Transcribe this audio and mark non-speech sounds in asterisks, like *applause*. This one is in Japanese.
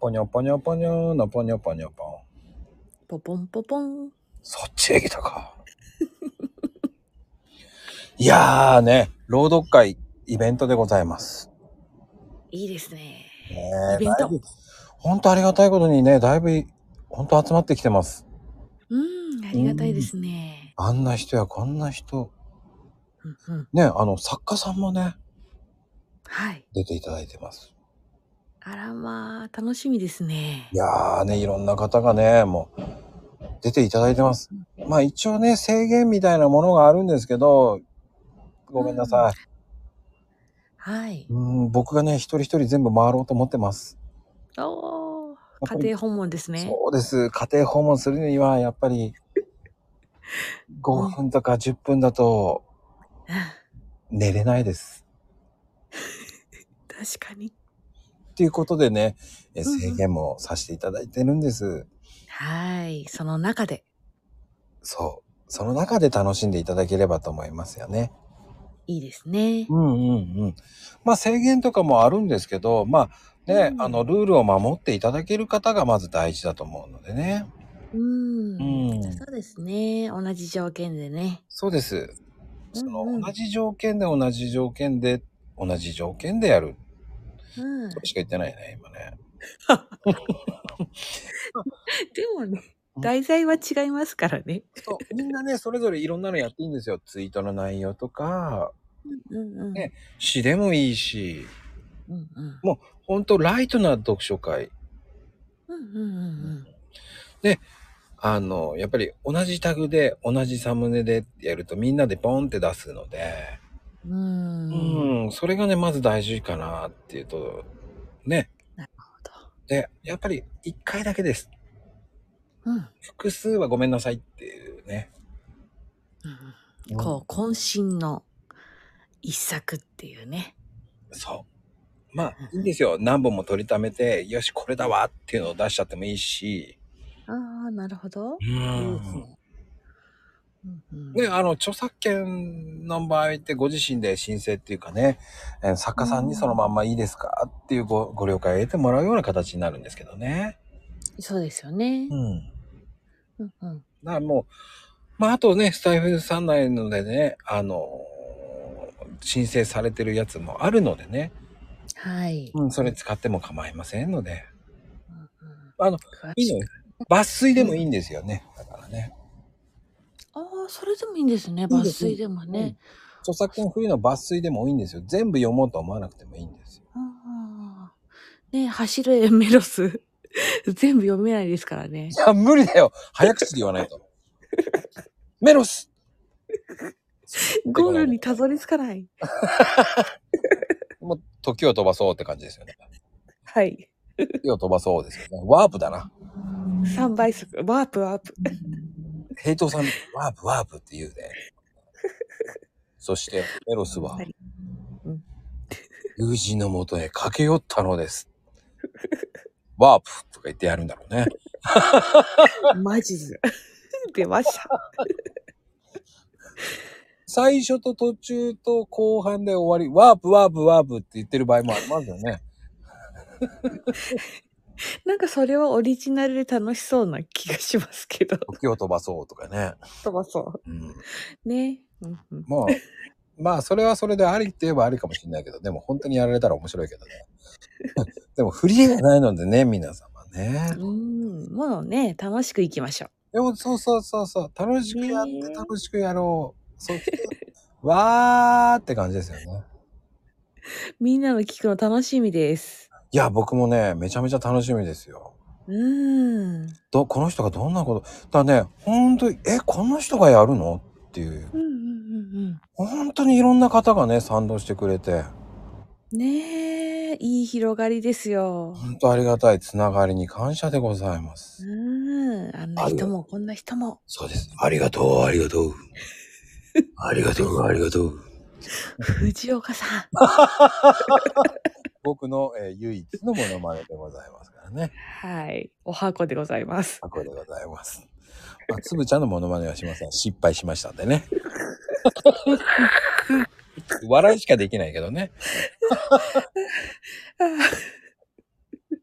ぽにょぽにょぽにょのぽにょぽにょぽん。ポポンポポン。そっちへ来たか。 *laughs* いやーね、朗読会イベントでございます。いいですね。ねイベントだいぶ本当ありがたいことにね、だいぶ本当集まってきてます。うん、ありがたいですね。あんな人やこんな人。うんうん、ね、あの作家さんもね、はい。出ていただいてます。あらまあ、楽しみですねい。やーね、いろんな方がね、もう出ていただいてます。まあ一応ね、制限みたいなものがあるんですけど、ごめんなさい。はい。うん、僕がね、一人一人全部回ろうと思ってます。やおー、っぱ家り庭訪問ですね。そうです。家庭訪問するには、やっぱ *laughs* り、5分とか10分だと寝れないです。 *laughs* 確かに。っていうことでね、えうんうん制限もさせていただいてるんです。はい。その中で、そう。その中で楽しんでいただければと思いますよね。いいですね。うんうんうん。まあ制限とかもあるんですけど、まあね、うんあの、ルールを守っていただける方がまず大事だと思うのでね。うん。うんそうですね。同じ条件でね。そうです。その、うんうん同じ条件で同じ条件で、同じ条件でやる。うん。でそれしか言ってないね、今ね。もね、うん題材は違いますからね。そう、みんなね、それぞれいろんなのやっていいんですよ。ツイートの内容とか、うんうん。ね詩でもいいし、うんうん。ほんとライトな読書会。うんうんうんあの、やっぱり同じタグで、同じサムネでやるとみんなでポンって出すので、ううん。うん。ん、それがね、まず大事かなっていうと、ね。で、やっぱり1回だけです。うん。複数はごめんなさいっていうね。うんこう、渾身の一作っていうね。そう。まあ、いいんですよ。何本も取りためて、よし、これだわっていうのを出しちゃってもいいし。ああ、なるほど。ういいんですね。うんね、あの、著作権の場合ってご自身で申請っていうかね、えー作家さんにそのまんまいいですかっていうごご了解を得てもらうような形になるんですけどね。そうですよねう。ん。うんうんだからもう、まあ、あとね、スタイフさん内のでね、あのー申請されてるやつもあるのでね、はい。うん、それ使っても構いませんので、うんうんあの、詳いいしのよ。抜粋でもいいんですよね。だからね。ああ、それでもいいんですね。いい抜です粋でもうんね。著作権不要の抜粋でもいいんですよ。全部読もうと思わなくてもいいんですよ。あーね走れメロス。 *laughs* 全部読めないですからねい。や、無理だよ早口で言わないと。メロス *laughs* ゴールにたどり着かない。もう、時を飛ばそうって感じですよね。はい。時を飛ばそうですよね。ワープだな。 3倍速。ワープワープ。ヘイトさん、ワープワープって言うね。そして、メロスははいうん、友人のもとへ駆け寄ったのです。ワープとか言ってやるんだろうね。マジで。 *laughs* 出ました。最初と途中と後半で終わり、ワープワープワープって言ってる場合もありますよね。なんかそれはオリジナルで楽しそうな気がしますけど。時を飛ばそうとかね。飛ばそうん、う。ね。うんうんもう、 *laughs* まあそれはそれでありって言えばありかもしれないけど、でも本当にやられたら面白いけ *laughs* どね。でも振りがないのでね、皆様ね。うん。もうね、楽しく行きましょでもそうそうそうそう、楽しくやってねえ楽しくやろう。そうわーって感じですよね。う。みんなの聞くの楽しみです。いや、僕もね、めちゃめちゃ楽しみですよ。うん。どこの人がどんなことだね本当にえこの人がやるのっていううんうんうん本当にいろんな方がね賛同してくれてうん。ねえ、いい広がりですよ。本当ありがたいつながりに感謝でございます、うん。あんな人もこんな人も。そうですありがとうありがとうありがとうありがとう藤岡さん。僕の、えー唯一のモノマネでございますからねはい。お箱でございます。あこれでございますまあ、つぶちゃんのモノマネはしません失敗しましたんでね笑いしかできないけどねあー